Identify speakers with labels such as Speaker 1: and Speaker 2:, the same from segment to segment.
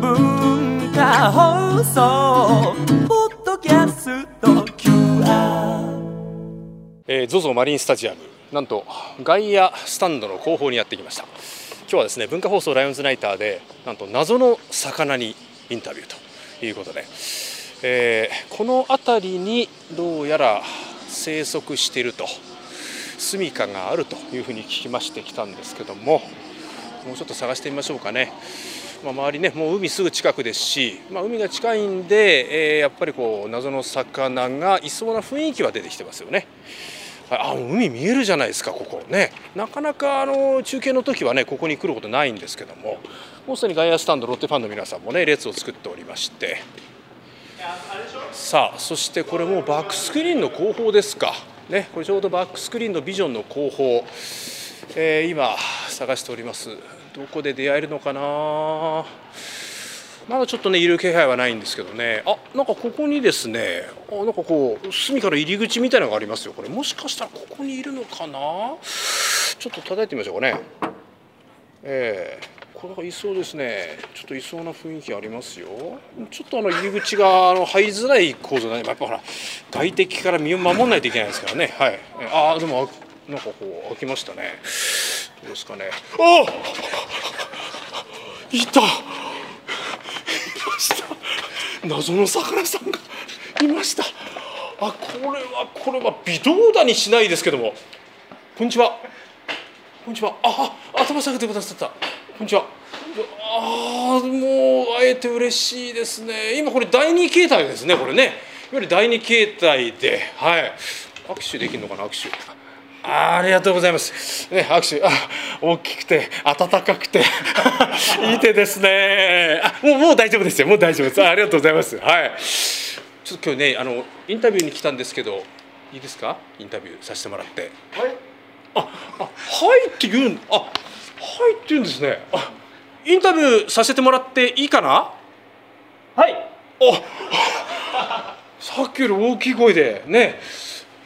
Speaker 1: 文化放送ポッドキャスト QR
Speaker 2: えー、ZOZO マリンスタジアムなんと外野スタンドの後方にやってきました今日はですね文化放送ライオンズナイターでなんと謎の魚にインタビューということで、えーこの辺りにどうやら生息していると住処があるというふうに聞きましてきたんですけどももうちょっと探してみましょうかねまあ、周りねもう海すぐ近くですし、まあ、海が近いんで、えーやっぱりこう謎の魚がいそうな雰囲気は出てきてますよね。ああ海見えるじゃないですかここねなかなかあの中継の時はねここに来ることないんですけどももうすでに外野スタンドロッテファンの皆さんもね列を作っておりましてさあそしてこれもうバックスクリーンの後方ですかねこれちょうどバックスクリーンのビジョンの後方、えー今探しておりますどこで出会えるのかなまだちょっとねいる気配はないんですけどねあなんかここにですねあなんかこう隅から入り口みたいなのがありますよこれもしかしたらここにいるのかなちょっと叩いてみましょうかねええこれがいそうですねちょっといそうな雰囲気ありますよちょっとあの入り口があの入りづらい構造なんでやっぱほら外敵から身を守らないといけないですからねはいえああでもあなんかこう開きましたねどうですかねあいたました謎の魚さんがいましたあこれはこれは微動だにしないですけどもこんにちはこんにちはあ頭下げてくださったこんにちはあーもう会えて嬉しいですね今これ第二形態ですねこれねいわゆる第二形態ではい握手できるのかな握手あーありがとうございます。ね、握手、あ大きくて、暖かくて、 いい手ですね。あもう、もう大丈夫ですよ。もう大丈夫です。あありがとうございます。はい。ちょっと今日ね、あの、インタビューに来たんですけど、いいですかインタビューさせてもらって。あ、はいって言うん、あ、はいって言うんですね。あ、インタビューさせてもらっていいかな。はい。あ、さっきより大きい声でね。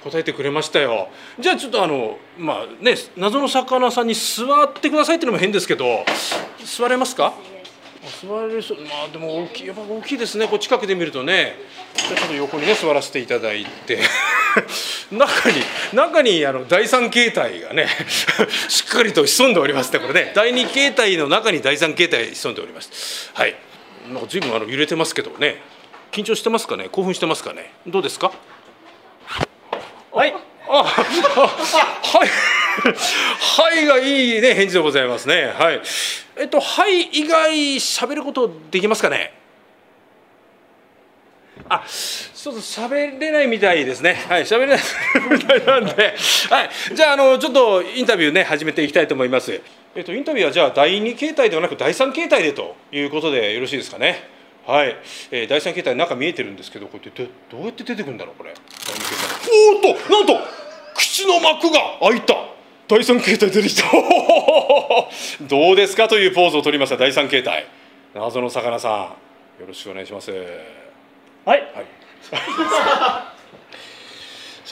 Speaker 2: 答えてくれましたよじゃあちょっとあのまあね謎の魚さんに座ってくださいってのも変ですけど座れますかあ座れる人まあでも大きいやっぱ大きいですねこう近くで見るとねじゃあちょっと横にね座らせていただいて 中に中にあの第三形態がね しっかりと潜んでおりますねこれね第二形態の中に第三形態潜んでおりますはいなんか随分あの揺れてますけどね緊張してますかね興奮してますかねどうですか
Speaker 3: はい。
Speaker 2: あ、あはい。 はいがいいね返事でございますね。はい。えっとはい以外喋ることできますかね。あ、 ちょっと喋れないみたいですね。はい、喋れないみたいなんで、はい。じゃああのちょっとインタビューね始めていきたいと思います。えっとインタビューはじゃあ第二形態ではなく第三形態でということでよろしいですかね。はい、えー、第三形態中見えてるんですけどこれってどどうやって出てくるんだろうこれ。第二形態おーっとなんと口の膜が開いた第三形態出てきた どうですかというポーズを取りました第三形態謎の魚さんよろしくお願いします
Speaker 3: はい。
Speaker 2: はいさあ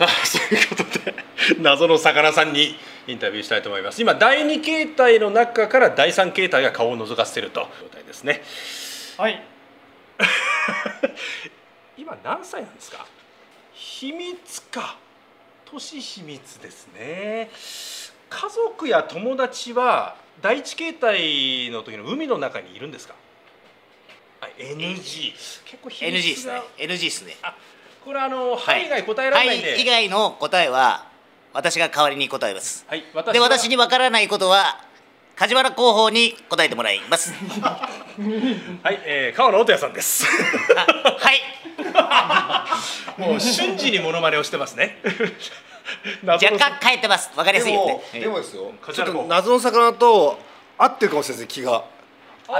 Speaker 2: そういうことで謎の魚さんにインタビューしたいと思います今第二形態の中から第三形態が顔を覗かせてると状態ですね
Speaker 3: はい。
Speaker 2: 今何歳なんですか秘密か年秘密ですね家族や友達は第一形態の時の海の中にいるんですかあ NG 結構秘
Speaker 4: NG です
Speaker 2: 密
Speaker 4: ね
Speaker 2: が
Speaker 4: NG ですね
Speaker 2: あこれあの「は」
Speaker 4: はいい
Speaker 2: 以外答えら
Speaker 4: は
Speaker 2: れないんで、
Speaker 4: い以外の答えは私が代わりに答えます
Speaker 2: はい
Speaker 4: で
Speaker 2: は
Speaker 4: 私にわからないことは梶原広報に答えてもらいます
Speaker 2: はい、えー、川野音也さんです
Speaker 4: あはい
Speaker 2: もう瞬時にモノマネをしてますね
Speaker 4: 若干変えてますわかりやすいよね
Speaker 5: でもですよ
Speaker 2: こち
Speaker 5: ちょ
Speaker 2: ら
Speaker 5: っ
Speaker 2: の方
Speaker 5: と謎の魚と合ってるかもしれないですね気が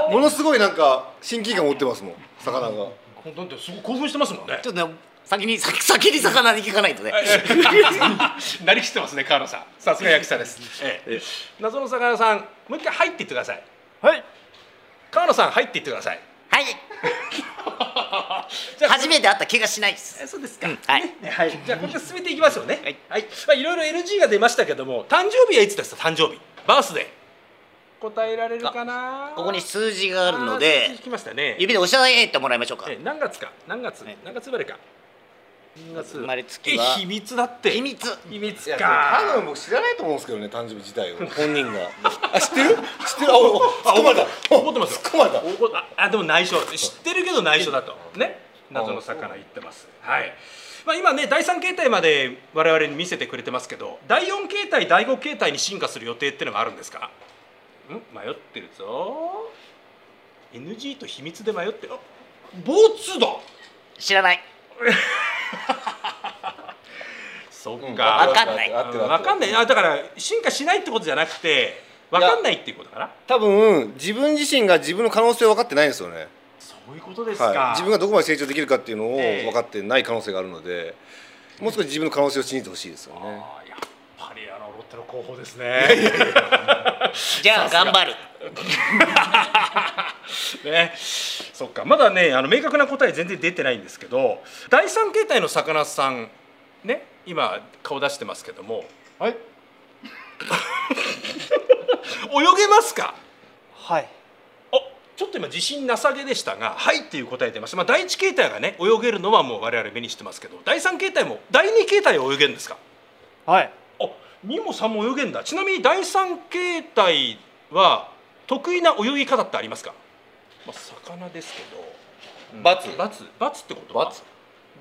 Speaker 5: ものすごいなんか親近感持ってますもん魚が
Speaker 2: だってすごい興奮してますもんね
Speaker 4: ちょっとね先に先先に魚に聞かないとね
Speaker 2: なりきってますね、川野さん。さすが役者です。ええ、謎の魚さん、もう一回入っていってください。
Speaker 3: はい。
Speaker 2: 川野さん、入っていってくだ さい。
Speaker 4: はい
Speaker 2: じゃあ
Speaker 4: 初めて会った気がしないです
Speaker 2: えそうですか。
Speaker 4: うんはい
Speaker 2: ねはい。じゃあ、これで進めていきますよね。
Speaker 4: はい。
Speaker 2: まあ、いろいろ N. G. が出ましたけども、誕生日はいつですか、誕生日。バースデー。答えられるかな
Speaker 4: ここに数字があるので
Speaker 2: 聞きましたね
Speaker 4: 指で押しえてもらいましょうか
Speaker 2: え何月か何月
Speaker 4: え
Speaker 2: 何月生まれか何月
Speaker 4: 生まれつきは
Speaker 2: え秘密だって
Speaker 4: 秘密
Speaker 2: 秘密
Speaker 5: いや
Speaker 2: か
Speaker 5: 多分僕知らないと思うんですけどね誕生日自体を 本人が
Speaker 2: あ知ってる
Speaker 5: 知ってるあおあおまだ
Speaker 2: 思ってますよ
Speaker 5: こまだ
Speaker 2: おこああでも内緒知ってるけど内緒だとね謎の魚言ってますはいまあ今ね第3形態まで我々に見せてくれてますけど第4形態第5形態に進化する予定ってのがあるんですかん迷ってるぞ NG と秘密で迷ってるあボツだ
Speaker 4: 知らない
Speaker 2: そっか、
Speaker 5: うん
Speaker 4: わかんない
Speaker 5: 合ってる合ってる合ってる
Speaker 2: わかんないあだから進化しないってことじゃなくてわかんないっていうことかな
Speaker 5: 多分自分自身が自分の可能性を分かってないんですよね、
Speaker 2: そういうことですか、
Speaker 5: はい、自分がどこまで成長できるかっていうのを
Speaker 2: ええ
Speaker 5: 分かってない可能性があるのでもう少し自分の可能性を信じてほしいですよね
Speaker 2: あーやっぱりあのロッテの候補ですね。
Speaker 4: じゃあ頑張る
Speaker 2: ね、そっか、まだね、あの明確な答え全然出てないんですけど、第三形態の魚さん。ね、今顔出してますけども、
Speaker 3: はい
Speaker 2: 泳げますか。
Speaker 3: はい
Speaker 2: あ、ちょっと今自信なさげでしたが、はいっていう答え出ました。まあ、第一形態がね、泳げるのはもう我々目にしてますけど、第三形態も、第二形態は泳げるんですか。
Speaker 3: はい
Speaker 2: あ、二も三も泳げんだ。ちなみに第三形態は得意な泳ぎ方ってありますか。まあ、魚ですけど。
Speaker 5: バツ
Speaker 2: バツバツってことは
Speaker 5: バツ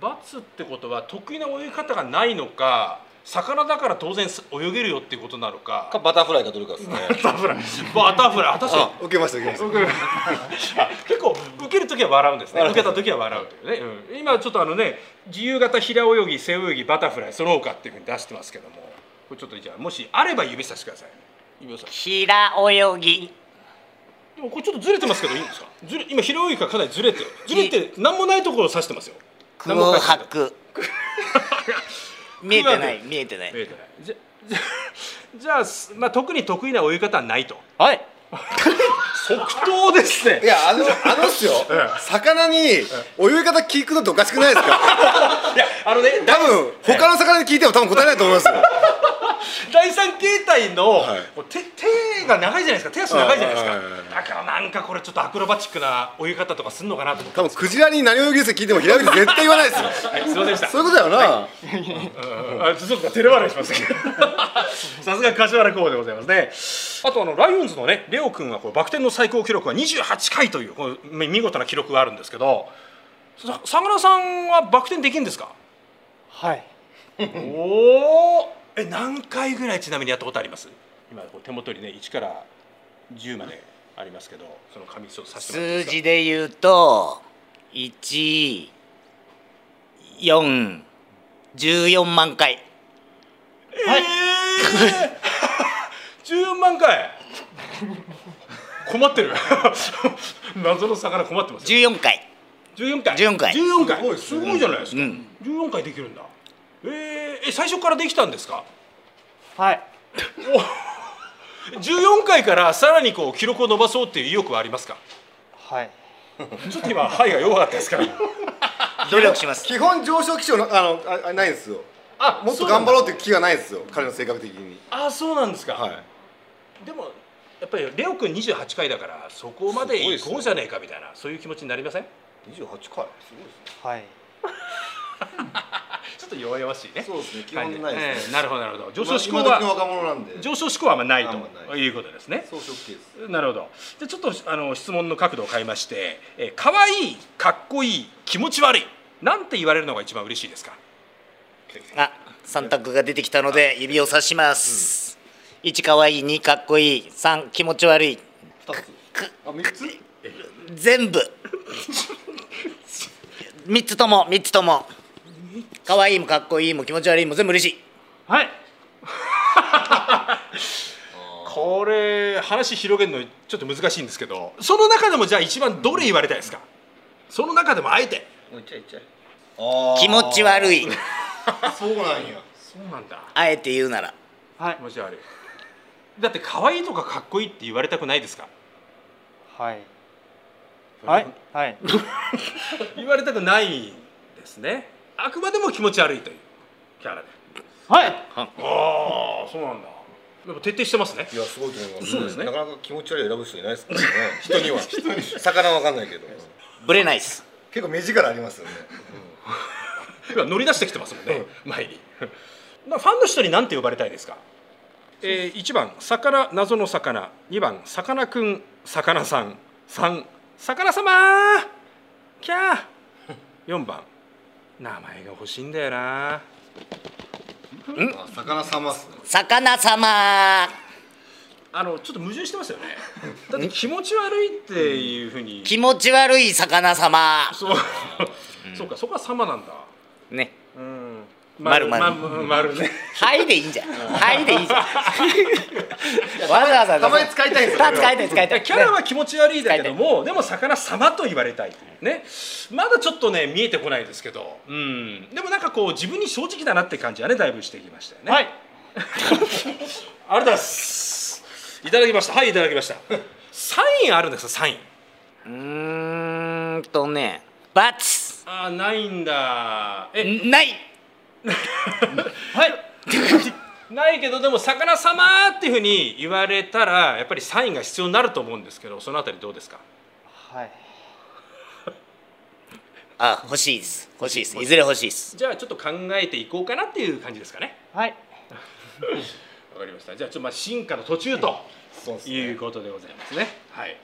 Speaker 2: バツってことは得意な泳ぎ方がないのか魚だから当然す泳げるよっていうことなのか
Speaker 5: かバタフライかどれかですね
Speaker 2: バタフライバタフライ私
Speaker 5: あ受けました受けました
Speaker 2: 結構受ける時は笑うんですね受けた時は笑うというね、うん今ちょっとあのね自由形平泳ぎ背泳ぎバタフライ揃うかっていうふうに出してますけどもこれちょっとじゃあもしあれば指さしてください指さし
Speaker 4: 平泳ぎ
Speaker 2: でもこれちょっとずれてますけどいいんですかずれ今平泳ぎからかなりずれてずれて何もないところを指してますよ
Speaker 4: 空 白見えてな
Speaker 2: 空白
Speaker 4: い見えてない
Speaker 2: ええじゃじゃ じゃあす、まあ、特に得意な泳ぎ方はないと
Speaker 3: はい
Speaker 2: 即答ですね
Speaker 5: いやあのあのっ すよ魚に泳ぎ方聞くのっておかしくないですか
Speaker 2: いやあのね
Speaker 5: 多分他の魚に聞いても多分答えないと思います よ
Speaker 2: 第三形態の、
Speaker 5: はい
Speaker 2: もう手手が長いじゃないですか手足長いじゃないです
Speaker 5: はいはいはいはい
Speaker 2: かだからなんかこれちょっとアクロバチックな泳ぎ方とかするのかなと思って
Speaker 5: 多分クジラに何泳ぎですって聞いても平泳ぎ絶対言わないですよ
Speaker 2: はいすいませんでした
Speaker 5: そういうことだよな、
Speaker 2: うんあちょっと照れ笑いしましたけど さすが柏原候補でございますねあとあのライオンズのねレオ君はこうバク転の最高記録は28回というこうみ見事な記録があるんですけどさ相良さんはバク転できるんですか
Speaker 3: はい
Speaker 2: おおえ何回ぐらいちなみにやったことあります今こう手元にね1から10までありますけどその紙ちょっとさせてもらっていいで
Speaker 4: 数
Speaker 2: す
Speaker 4: 字で言うと114 14万回
Speaker 2: か えー、14万回困ってる 謎の魚困ってますよ
Speaker 4: 14回
Speaker 2: 14回
Speaker 4: 14回
Speaker 2: 14回
Speaker 5: すごいっ
Speaker 2: す
Speaker 5: すね
Speaker 2: ごいじゃないですか、
Speaker 4: うん
Speaker 2: 14回できるんだえー、え最初からできたんですか
Speaker 3: はい
Speaker 2: 14回からさらにこう記録を伸ばそうっていう意欲はありますか
Speaker 3: はい
Speaker 2: ちょっと今「はい」が弱かったですから
Speaker 4: 努力します
Speaker 5: 基本上昇気象のあのああないんですよ
Speaker 2: あ
Speaker 5: もっと頑張ろうって
Speaker 2: う
Speaker 5: いう気がないんですよ彼の性格的に
Speaker 2: なんだあそうなんですか、
Speaker 5: はい
Speaker 2: でもやっぱりレオ君28回だからそこまで行こうじゃねえかみたいなそういう気持ちになりません
Speaker 5: 28回すごいですね
Speaker 3: はい
Speaker 2: ちょっと弱々しいね
Speaker 5: そうですね基本ないです
Speaker 2: え
Speaker 5: ね
Speaker 2: えなるほどなるほど上昇志向
Speaker 5: 今今時の
Speaker 2: は
Speaker 5: 若者なんで
Speaker 2: 上昇志向はあんまない
Speaker 5: あんま
Speaker 2: と
Speaker 5: ない
Speaker 2: いうことですね
Speaker 5: 装飾系です
Speaker 2: なるほどでちょっとあの質問の角度を変えましてえー可愛いかっこいい気持ち悪いなんて言われるのが一番嬉しいですか
Speaker 4: あ三択が出てきたので指を指します、一1かわいい2かっこいい3気持ち悪い
Speaker 5: 二つあ三つ
Speaker 4: 全部3つとも3つともかわいいもかっこいいも気持ち悪いも全部嬉しい
Speaker 3: はい
Speaker 2: これ話広げるのちょっと難しいんですけどその中でもじゃあ一番どれ言われたいですかその中でもあえて
Speaker 4: 気持ち悪い
Speaker 5: そうなんや
Speaker 2: そうなんだ
Speaker 4: あえて言うなら
Speaker 3: はい
Speaker 2: 気持ち悪いだって可愛いとかかっこいいって言われたくないですか
Speaker 3: はいはいはい
Speaker 2: 言われたくないですねあくまでも気持ち悪いというキャラで
Speaker 3: はい
Speaker 2: ああそうなんだやっぱ徹底してますね
Speaker 5: いやすごいと思います
Speaker 2: そうですね
Speaker 5: なかなか気持ち悪い選ぶ人いないですからね 人には魚は分かんないけど
Speaker 4: ブレないっす
Speaker 5: 結構目力ありますよね
Speaker 2: 今乗り出してきてますもんね、前にまあファンの人に何て呼ばれたいですか、えー、1番魚謎の魚2番さかなクンさかなさん3魚様キャー4番名前が欲しいんだよな
Speaker 5: あ魚様っすね
Speaker 4: 魚様
Speaker 2: あのちょっと矛盾して ますよねだって気持ち悪いっていうふうに
Speaker 4: 気持ち悪い魚様
Speaker 2: そうそうかそこは様なんだ
Speaker 4: ね
Speaker 2: うん
Speaker 4: 丸
Speaker 2: ま
Speaker 4: 丸
Speaker 2: 丸 ね
Speaker 4: はいでいいんじゃんはいでいいじゃんわざわざ
Speaker 5: 名前使いたいんですよね
Speaker 4: 使いたい使いたい
Speaker 2: キャラは気持ち悪いだけども、でも魚様と言われたいねまだちょっとね見えてこないですけど、うん、でもなんかこう自分に正直だなって感じはねだいぶしてきましたよ ねはいありがとうございますいただきましたはいいただき ましたサインあるんですかサイン
Speaker 4: うーんとねバツ
Speaker 2: あーないんだえ
Speaker 4: んない
Speaker 2: はい。 ないけどでも魚様っていうふうに言われたらやっぱりサインが必要になると思うんですけどそのあたりどうですか。
Speaker 3: はい
Speaker 4: あ欲しいです欲しいですいずれ欲しいです
Speaker 2: じゃあちょっと考えていこうかなっていう感じですかね。
Speaker 3: はい
Speaker 2: わかりました。じゃあちょっとまあ進化の途中と
Speaker 5: そうっす
Speaker 2: いう
Speaker 5: ね
Speaker 2: ことでございますね。はい。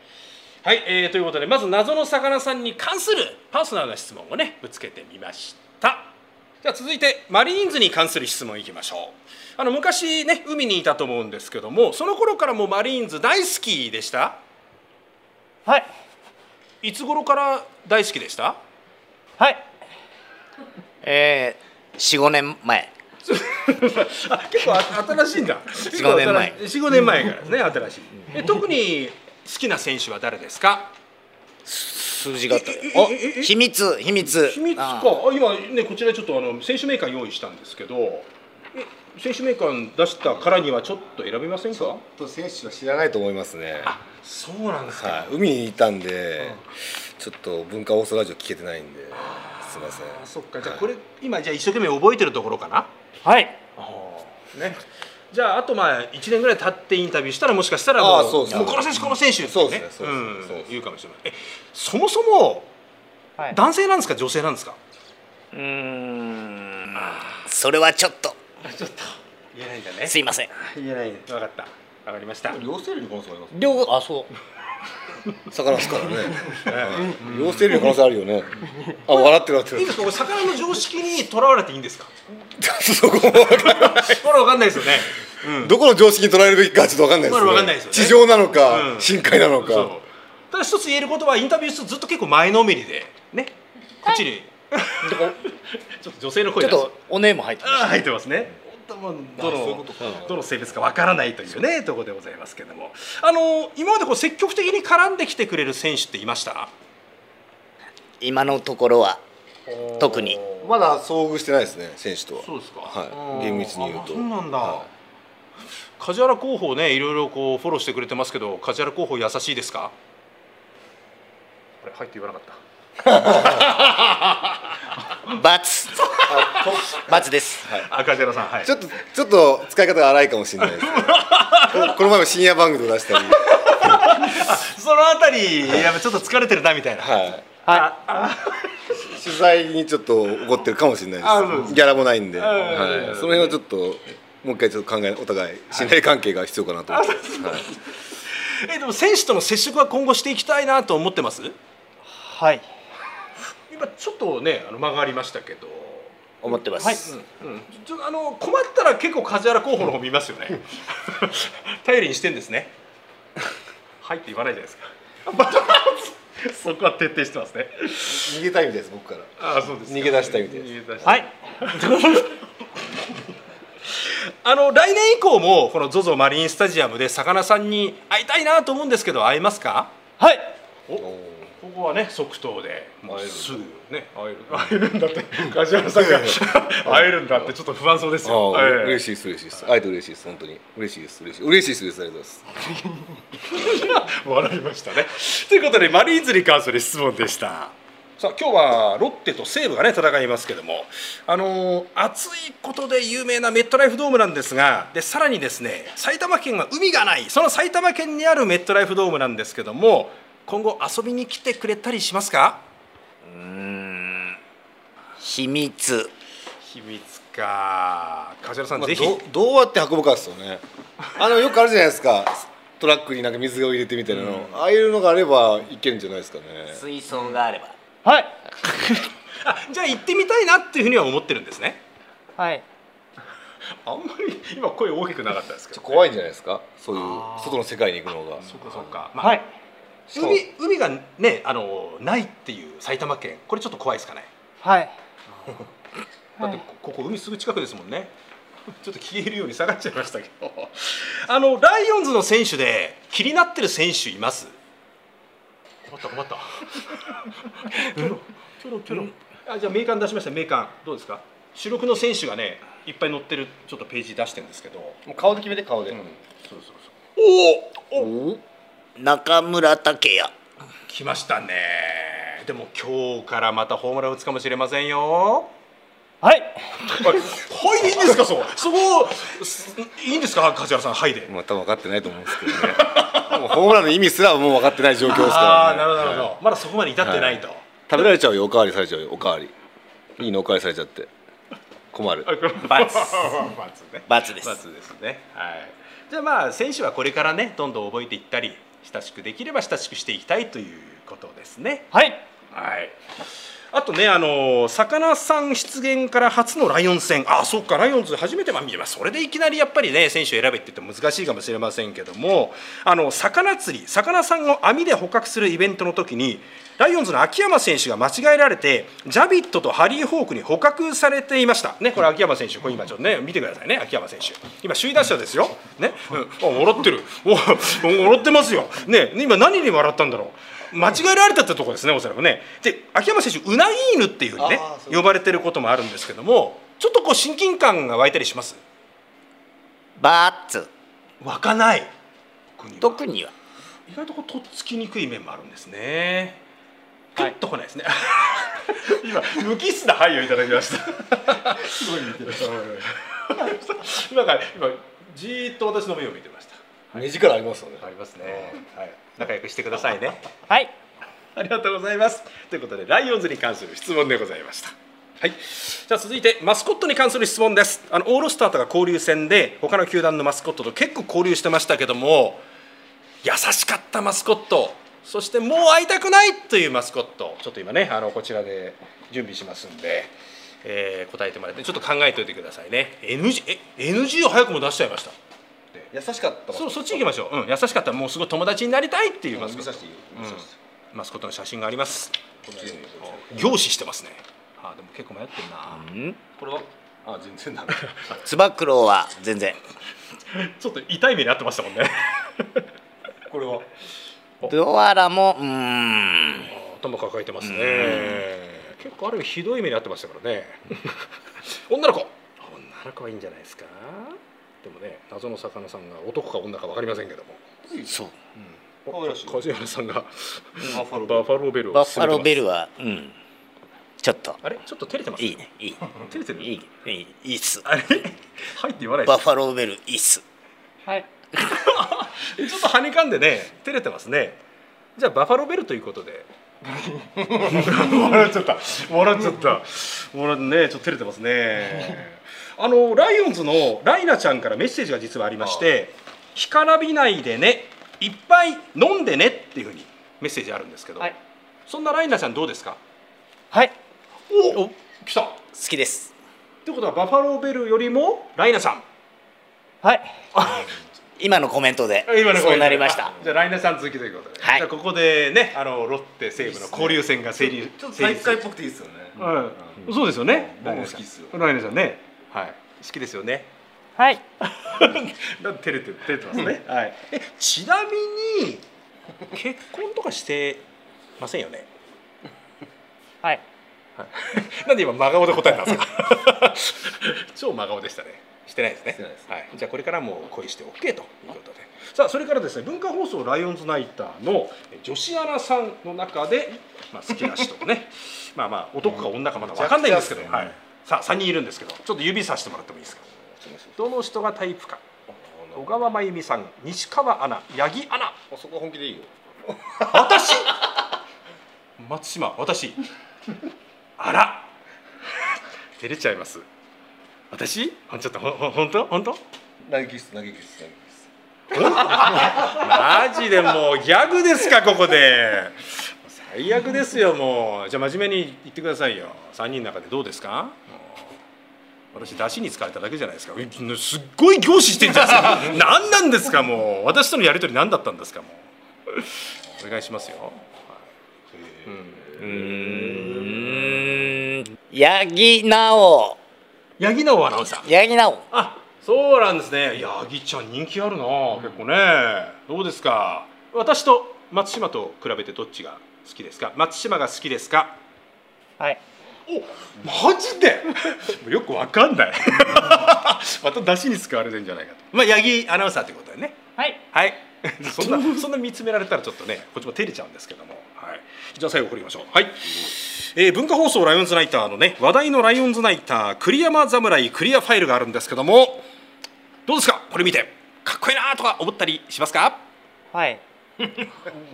Speaker 2: はい、えー、ということでまず謎の魚さんに関するパーソナルな質問をねぶつけてみましたじゃあ続いてマリーンズに関する質問いきましょうあの昔ね海にいたと思うんですけどもその頃からもうマリーンズ大好きでした
Speaker 3: はい
Speaker 2: いつ頃から大好きでした
Speaker 3: はい
Speaker 4: えー、45年前
Speaker 2: あ結構新しいんだ
Speaker 4: 4-5年前
Speaker 2: 45年前からですね新しいえ特に好きな選手は誰ですか
Speaker 4: 数字があったよお秘密秘密
Speaker 2: 秘密か
Speaker 4: あ
Speaker 2: あ今ねこちらにちょっとあの選手名鑑用意したんですけどえ選手名鑑出したからにはちょっと選べません
Speaker 5: ちょ
Speaker 2: か
Speaker 5: っと選手は知らないと思いますね
Speaker 2: あそうなんですか、
Speaker 5: はい、海にいたんで、ちょっと文化放送ラジオ聞けてないんで、すみません。
Speaker 2: あそっかじゃあこれ、今じゃあ一生懸命覚えてるところかな
Speaker 3: はい
Speaker 2: ねじゃああとまあ1年ぐらい経ってインタビューしたらもしかしたら
Speaker 5: あ
Speaker 2: も
Speaker 5: ーそう
Speaker 2: う
Speaker 5: そう
Speaker 2: もうこの選手この選手ってね
Speaker 5: そうですねそうですね
Speaker 2: ん
Speaker 5: そうです
Speaker 2: 言うかもしれないえそもそも
Speaker 3: はい
Speaker 2: 男性なんですか女性なんですか
Speaker 4: うーんそれはちょっと
Speaker 2: ちょっと言えないんだね
Speaker 4: すいません
Speaker 2: 言えないね分かった分かりました
Speaker 5: 両生類の可能性ありま
Speaker 4: 両方あそう
Speaker 5: す。魚ですからね。はい両生類の可能性あるよね。あ、笑ってる笑
Speaker 2: いい
Speaker 5: っ
Speaker 2: ですかこれ魚の常識にとらわれていいんですか
Speaker 5: てる。そこも分かんない
Speaker 2: これ分かんないですよね
Speaker 5: どこの常識に捉えるべきかちょっとわかんないですね。
Speaker 2: まだわかんないですよね
Speaker 5: 地上なのか、
Speaker 2: うん
Speaker 5: 深海な
Speaker 2: そ
Speaker 5: の
Speaker 2: う
Speaker 5: か。
Speaker 2: ただ一つ言えることはインタビューするとずっと結構前のめりでねこっちにちょっと女性の声
Speaker 4: ちょっ
Speaker 2: が
Speaker 4: とおねえも入ってま
Speaker 2: あー
Speaker 4: し
Speaker 2: 入ってますねどのど
Speaker 5: そういう
Speaker 2: の
Speaker 5: ことか
Speaker 2: どの性別かわからないというねところでございますけどもあの今までこう積極的に絡んできてくれる選手っていました
Speaker 4: た今のところは特に
Speaker 5: まだ遭遇してないですね、選手とは。
Speaker 2: そうですか
Speaker 5: はい厳密に言うと
Speaker 2: あそうなんだ、
Speaker 5: は
Speaker 2: 梶原候補をねいろいろこうフォローしてくれてますけど梶原候補優しいですかこれ入って言わなかった
Speaker 4: バツバツです
Speaker 2: あ梶原さんはい
Speaker 5: ちょっと、ちょっと使い方が荒いかもしれないです ね。ここの前も深夜番組で出したり。
Speaker 2: そのあたりやっぱちょっと疲れてるなみたいな
Speaker 5: はい。
Speaker 3: は
Speaker 5: 取材にちょっと怒ってるかもしれないですギャラもないんで、はい、その辺はちょっともう一回ちょっと考えお互い信頼関係が必要かなと思ってます、はい、
Speaker 2: えでも選手との接触は今後していきたいなと思ってます
Speaker 3: いはい
Speaker 2: 今ちょっとねあの間がありましたけど
Speaker 4: 思ってます、
Speaker 2: うんちょあの困ったら結構梶原候補の方見ますよね頼りにしてんですねはいって言わないじゃないですか そこは徹底してますね
Speaker 5: 逃げたいみたいです僕から
Speaker 2: あそうですか
Speaker 5: 逃げ出したいみたいです
Speaker 2: 逃げ出した
Speaker 3: はいい
Speaker 2: あの来年以降もこの ZOZO マリンスタジアムで魚さんに会いたいなと思うんですけど会えますか
Speaker 3: はい
Speaker 2: ここはね即答でもうすぐね会える会えるんだって梶原さんが 会えるんだってちょっと不安そうですよ
Speaker 5: あ
Speaker 2: え
Speaker 5: あ、
Speaker 2: え
Speaker 5: 嬉しいです嬉しいです会えて嬉しいです本当に嬉しいです嬉しい嬉しいです嬉しいですありがとうござ
Speaker 2: 笑
Speaker 5: います
Speaker 2: いましたねということでマリーンズに関する質問でしたさあ今日はロッテと西武がね戦いますけども、あのー暑いことで有名なメットライフドームなんですがでさらにですね埼玉県は海がないその埼玉県にあるメットライフドームなんですけども今後遊びに来てくれたりしますか
Speaker 4: 秘密
Speaker 2: 秘密か梶原さん、
Speaker 5: まあ
Speaker 2: ぜひ
Speaker 5: どどうやって運ぶかですよねあのよくあるじゃないですかトラックになんか水を入れてみたいなの、ああいうのがあればいけるんじゃないですかね
Speaker 4: 水槽があれば
Speaker 3: はい
Speaker 2: あじゃあ行ってみたいなっていうふうには思ってるんですね
Speaker 3: はい
Speaker 2: あんまり今声大きくなかったですけ
Speaker 5: ちょ
Speaker 2: ど
Speaker 5: っと怖いんじゃないですかそういう外の世界に行くのが
Speaker 2: そうかそうか、まあ、
Speaker 3: はい
Speaker 5: そう
Speaker 2: 海海がねあのないっていう埼玉県これちょっと怖いですかね
Speaker 3: はい
Speaker 2: だってこここ海すぐ近くですもんね ちょっと消えるように下がっちゃいましたけど あのライオンズの選手で気になってる選手います困った困 ったキョロキョロキョロあじゃあ名鑑出しました名鑑どうですか主力の選手がねいっぱい載ってるちょっとページ出してるんですけど、
Speaker 5: もう顔で決めて顔で、
Speaker 2: そうそうそう
Speaker 4: おお中村武也
Speaker 2: 来ましたねでも今日からまたホームラン打つかもしれませんよ
Speaker 3: はい
Speaker 2: はい、はい、いいんですか、そう、そこ、すいいんですか、梶原さん、はいで。
Speaker 5: まあ多分分かってないと思うんですけどねもうホームランの意味すらもう分かってない状況ですから、ね、はい
Speaker 2: まだそこまで至ってないと。
Speaker 5: 食べられちゃうよおかわりされちゃうよおかわりいいのおかわりされちゃって困る
Speaker 4: 罰
Speaker 2: 罰ね。
Speaker 4: 罰です
Speaker 2: 罰ですね。はい。じゃあ、まあ、選手はこれからね、どんどん覚えていったり、親しくできれば親しくしていきたいということですね。
Speaker 3: はい
Speaker 2: はい。あとね、あの魚さん出現から初のライオン戦、あそうか、ライオンズ初めてまあ見れば、それでいきなりやっぱりね、選手を選べって言っても難しいかもしれませんけども、あの魚釣り、魚さんを網で捕獲するイベントの時に、ライオンズの秋山選手が間違えられて、ジャビットとハリー・ホークに捕獲されていました、ね、これ、秋山選手、これ今、ちょっとね、見てくださいね、秋山選手、今、首位打者ですよ、ね、うん、あ笑ってる、お笑ってますよ、ね、今、何に笑ったんだろう。間違えられたってとこですね、おそらくね。で、秋山選手、うなぎ犬っていうふうにね、呼ばれてることもあるんですけども、ちょっとこう親近感が湧いたりします。
Speaker 4: 罰
Speaker 2: 湧かない。
Speaker 4: 特には
Speaker 2: 意外とこうとっつきにくい面もあるんですね。ピンとこないですね。 今無機質な配慮いただきました。 すごい見てました。今から今じーっと私の目を見てました。
Speaker 5: 目力ありますよね
Speaker 2: ありますね。はい、仲良くしてくださいね。
Speaker 3: はい
Speaker 2: ありがとうございます。ということで、ライオンズに関する質問でございました。はい、じゃあ続いてマスコットに関する質問ですあのオールスターとか交流戦で他の球団のマスコットと結構交流してましたけども優しかったマスコットそしてもう会いたくないというマスコットちょっと今ねあのこちらで準備しますんで、えー答えてもらってちょっと考えておいてくださいね NG, え NG を早くも出しちゃいました
Speaker 5: 優しかった
Speaker 2: そうそっち行きましょう、うん、優しかったもうすごい友達になりたいっていうマスコットマスコットの写真があります。凝視してますね。あでも結構迷ってるな。これは
Speaker 5: あ全然だ
Speaker 4: つば九郎は全然
Speaker 2: ちょっと痛い目に遭ってましたもんね。これは
Speaker 4: ドアラもうーん
Speaker 2: 頭抱えてますね。結構ある意味ひどい目に遭ってましたからね。 女の子。女の子はいいんじゃないですか。でもね謎の魚さんが男か女かわかりませんけども。
Speaker 4: そう
Speaker 5: 可愛らしい
Speaker 2: 梶原さんがバ
Speaker 5: ファロー
Speaker 2: ッファローベルを
Speaker 4: バッファローベ
Speaker 2: ル。
Speaker 4: ルはうんちょっと
Speaker 2: あれちょっと照れてます。
Speaker 4: いいねいい
Speaker 2: 照れてる。
Speaker 4: いいいいいいっす
Speaker 2: あれはいって言わないです
Speaker 4: バッファローベルいいっす
Speaker 3: はい
Speaker 2: ちょっとはにかんでね、照れてますね。じゃあバファローベルということで。笑っちゃった。笑っちゃった。笑ね、ちょっと照れてますね。あのライオンズのライナちゃんからメッセージが実はありまして、干からびないでね、いっぱい飲んでねっていうふうにメッセージあるんですけど、
Speaker 3: はい
Speaker 2: そんなライナちゃんどうですか？
Speaker 3: はい
Speaker 2: お、お来た。っ
Speaker 4: 好きです
Speaker 2: てことはバファローベルよりもライナさん。
Speaker 3: はい
Speaker 4: 今のコメントでそうなりました
Speaker 2: じゃあ来年さん続きということで、
Speaker 4: はい
Speaker 2: じゃあここでねあのロッテ西武の交流戦が成立
Speaker 5: ちょっと
Speaker 2: 成
Speaker 5: 体
Speaker 2: 立
Speaker 5: 育会っぽくていいですよね、
Speaker 2: はい、そうですよね。
Speaker 5: 僕も好きですよ
Speaker 2: ライナさんね。はい。好きですよね。
Speaker 3: はい
Speaker 2: なんか照れてる照れてますね。はい。えちなみに結婚とかしてませんよね。
Speaker 3: はい
Speaker 2: なんで今真顔で答えたんですか。超真顔でしたね。してないですね
Speaker 5: してないです
Speaker 2: はい、じゃあこれからもう恋して OK ということでさあそれからですね文化放送ライオンズナイターのえ女子アナさんの中で、まあ、好きな人をね まあまあ男か女かまだ分かんないんですけど、
Speaker 5: うん
Speaker 2: はい、さあ3人いるんですけどちょっと指さしてもらってもいいですかどの人がタイプか小川真由美さん西川アナ八木アナ
Speaker 5: そこは本気でいいよ
Speaker 2: 私松島私あら照れちゃいます私ほんちょっとほほ本当本当
Speaker 5: 投げキッス投げキッス投げキス
Speaker 2: マジでもうギャグですかここで最悪ですよもうじゃあ真面目に言ってくださいよ3人の中でどうですかもう私出汁に疲れただけじゃないですかうすっごい凝視してんじゃないですか何なんですかもう私とのやり取り何だったんですかもうお願いしますよ
Speaker 4: 八木直
Speaker 2: 八木直アナウンサー
Speaker 4: 八木直
Speaker 2: あそうなんですね八木ちゃん人気あるな、結構ねどうですか私と松島と比べてどっちが好きですか松島が好きですか
Speaker 4: はい
Speaker 2: おマジで もうよくわかんない また出しに使われてんじゃないかとまあ八木アナウンサーってことだよね
Speaker 4: はい
Speaker 2: はい そんなそんな見つめられたらちょっとねこっちも照れちゃうんですけども、はい、じゃあ最後振りましょうはい、えー文化放送ライオンズナイターのね話題のライオンズナイター栗山侍クリアファイルがあるんですけどもどうですかこれ見てかっこいいなとか思ったりしますか
Speaker 3: はい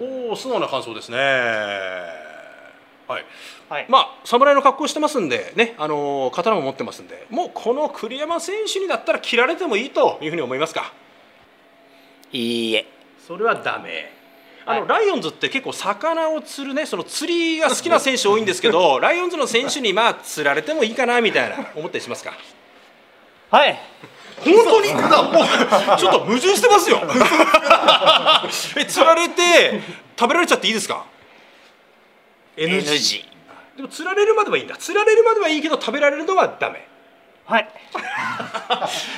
Speaker 2: おお素直な感想ですねはい
Speaker 3: はい
Speaker 2: まあ侍の格好してますんでね、あのー刀も持ってますんでもうこの栗山選手にだったら切られてもいいというふうに思いますか
Speaker 4: いいえ
Speaker 2: それはダメあの、ライオンズって結構魚を釣るねその釣りが好きな選手多いんです けどライオンズの選手にまあ釣られてもいいかなみたいな思ったりしますか
Speaker 3: はい
Speaker 2: 本当にちょっと矛盾してますよ え釣られて食べられちゃっていいですか
Speaker 4: NG
Speaker 2: でも釣られるまではいいんだ釣られるまではいいけど食べられるのはダメ
Speaker 3: はい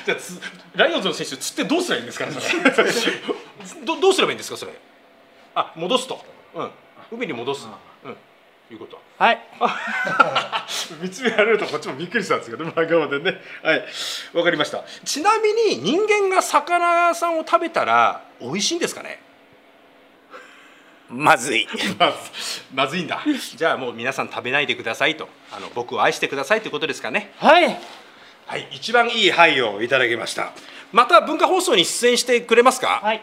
Speaker 2: じゃあつライオンズの選手釣ってどうすればいいんですか、ね、それ どどうすればいいんですかそれあ戻すと、うん、海に戻す、うん、いうこと
Speaker 3: はい
Speaker 2: 見つめられるとこっちもびっくりしたんですけど真顔でねはいわかりましたちなみに人間が魚さんを食べたら美味しいんですかね
Speaker 4: まずい
Speaker 2: まずまずいんだじゃあもう皆さん食べないでくださいとあの僕を愛してくださいということですかね
Speaker 3: はい
Speaker 2: はい一番いい「はい」をいただきましたまた文化放送に出演してくれますか、
Speaker 3: はい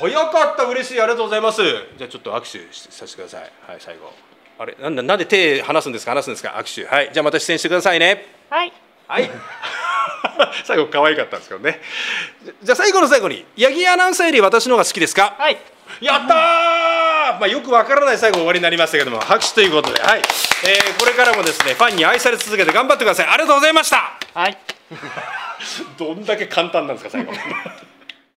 Speaker 2: 早かった嬉しいありがとうございますじゃあちょっと握手しさせてくださいはい最後あれなんだなんで手離すんですか離すんですか握手はいじゃあまた出演してくださいね
Speaker 3: はい
Speaker 2: はい 最後可愛かったんですけどねじゃじゃあ最後の最後に八木アナウンサーより私の方が好きですか
Speaker 3: はい
Speaker 2: やったー、まあ、よくわからない最後終わりになりましたけども拍手ということで、はいえーこれからもですねファンに愛され続けて 頑張ってくださいありがとうございました
Speaker 3: はい
Speaker 2: どんだけ簡単なんですか最後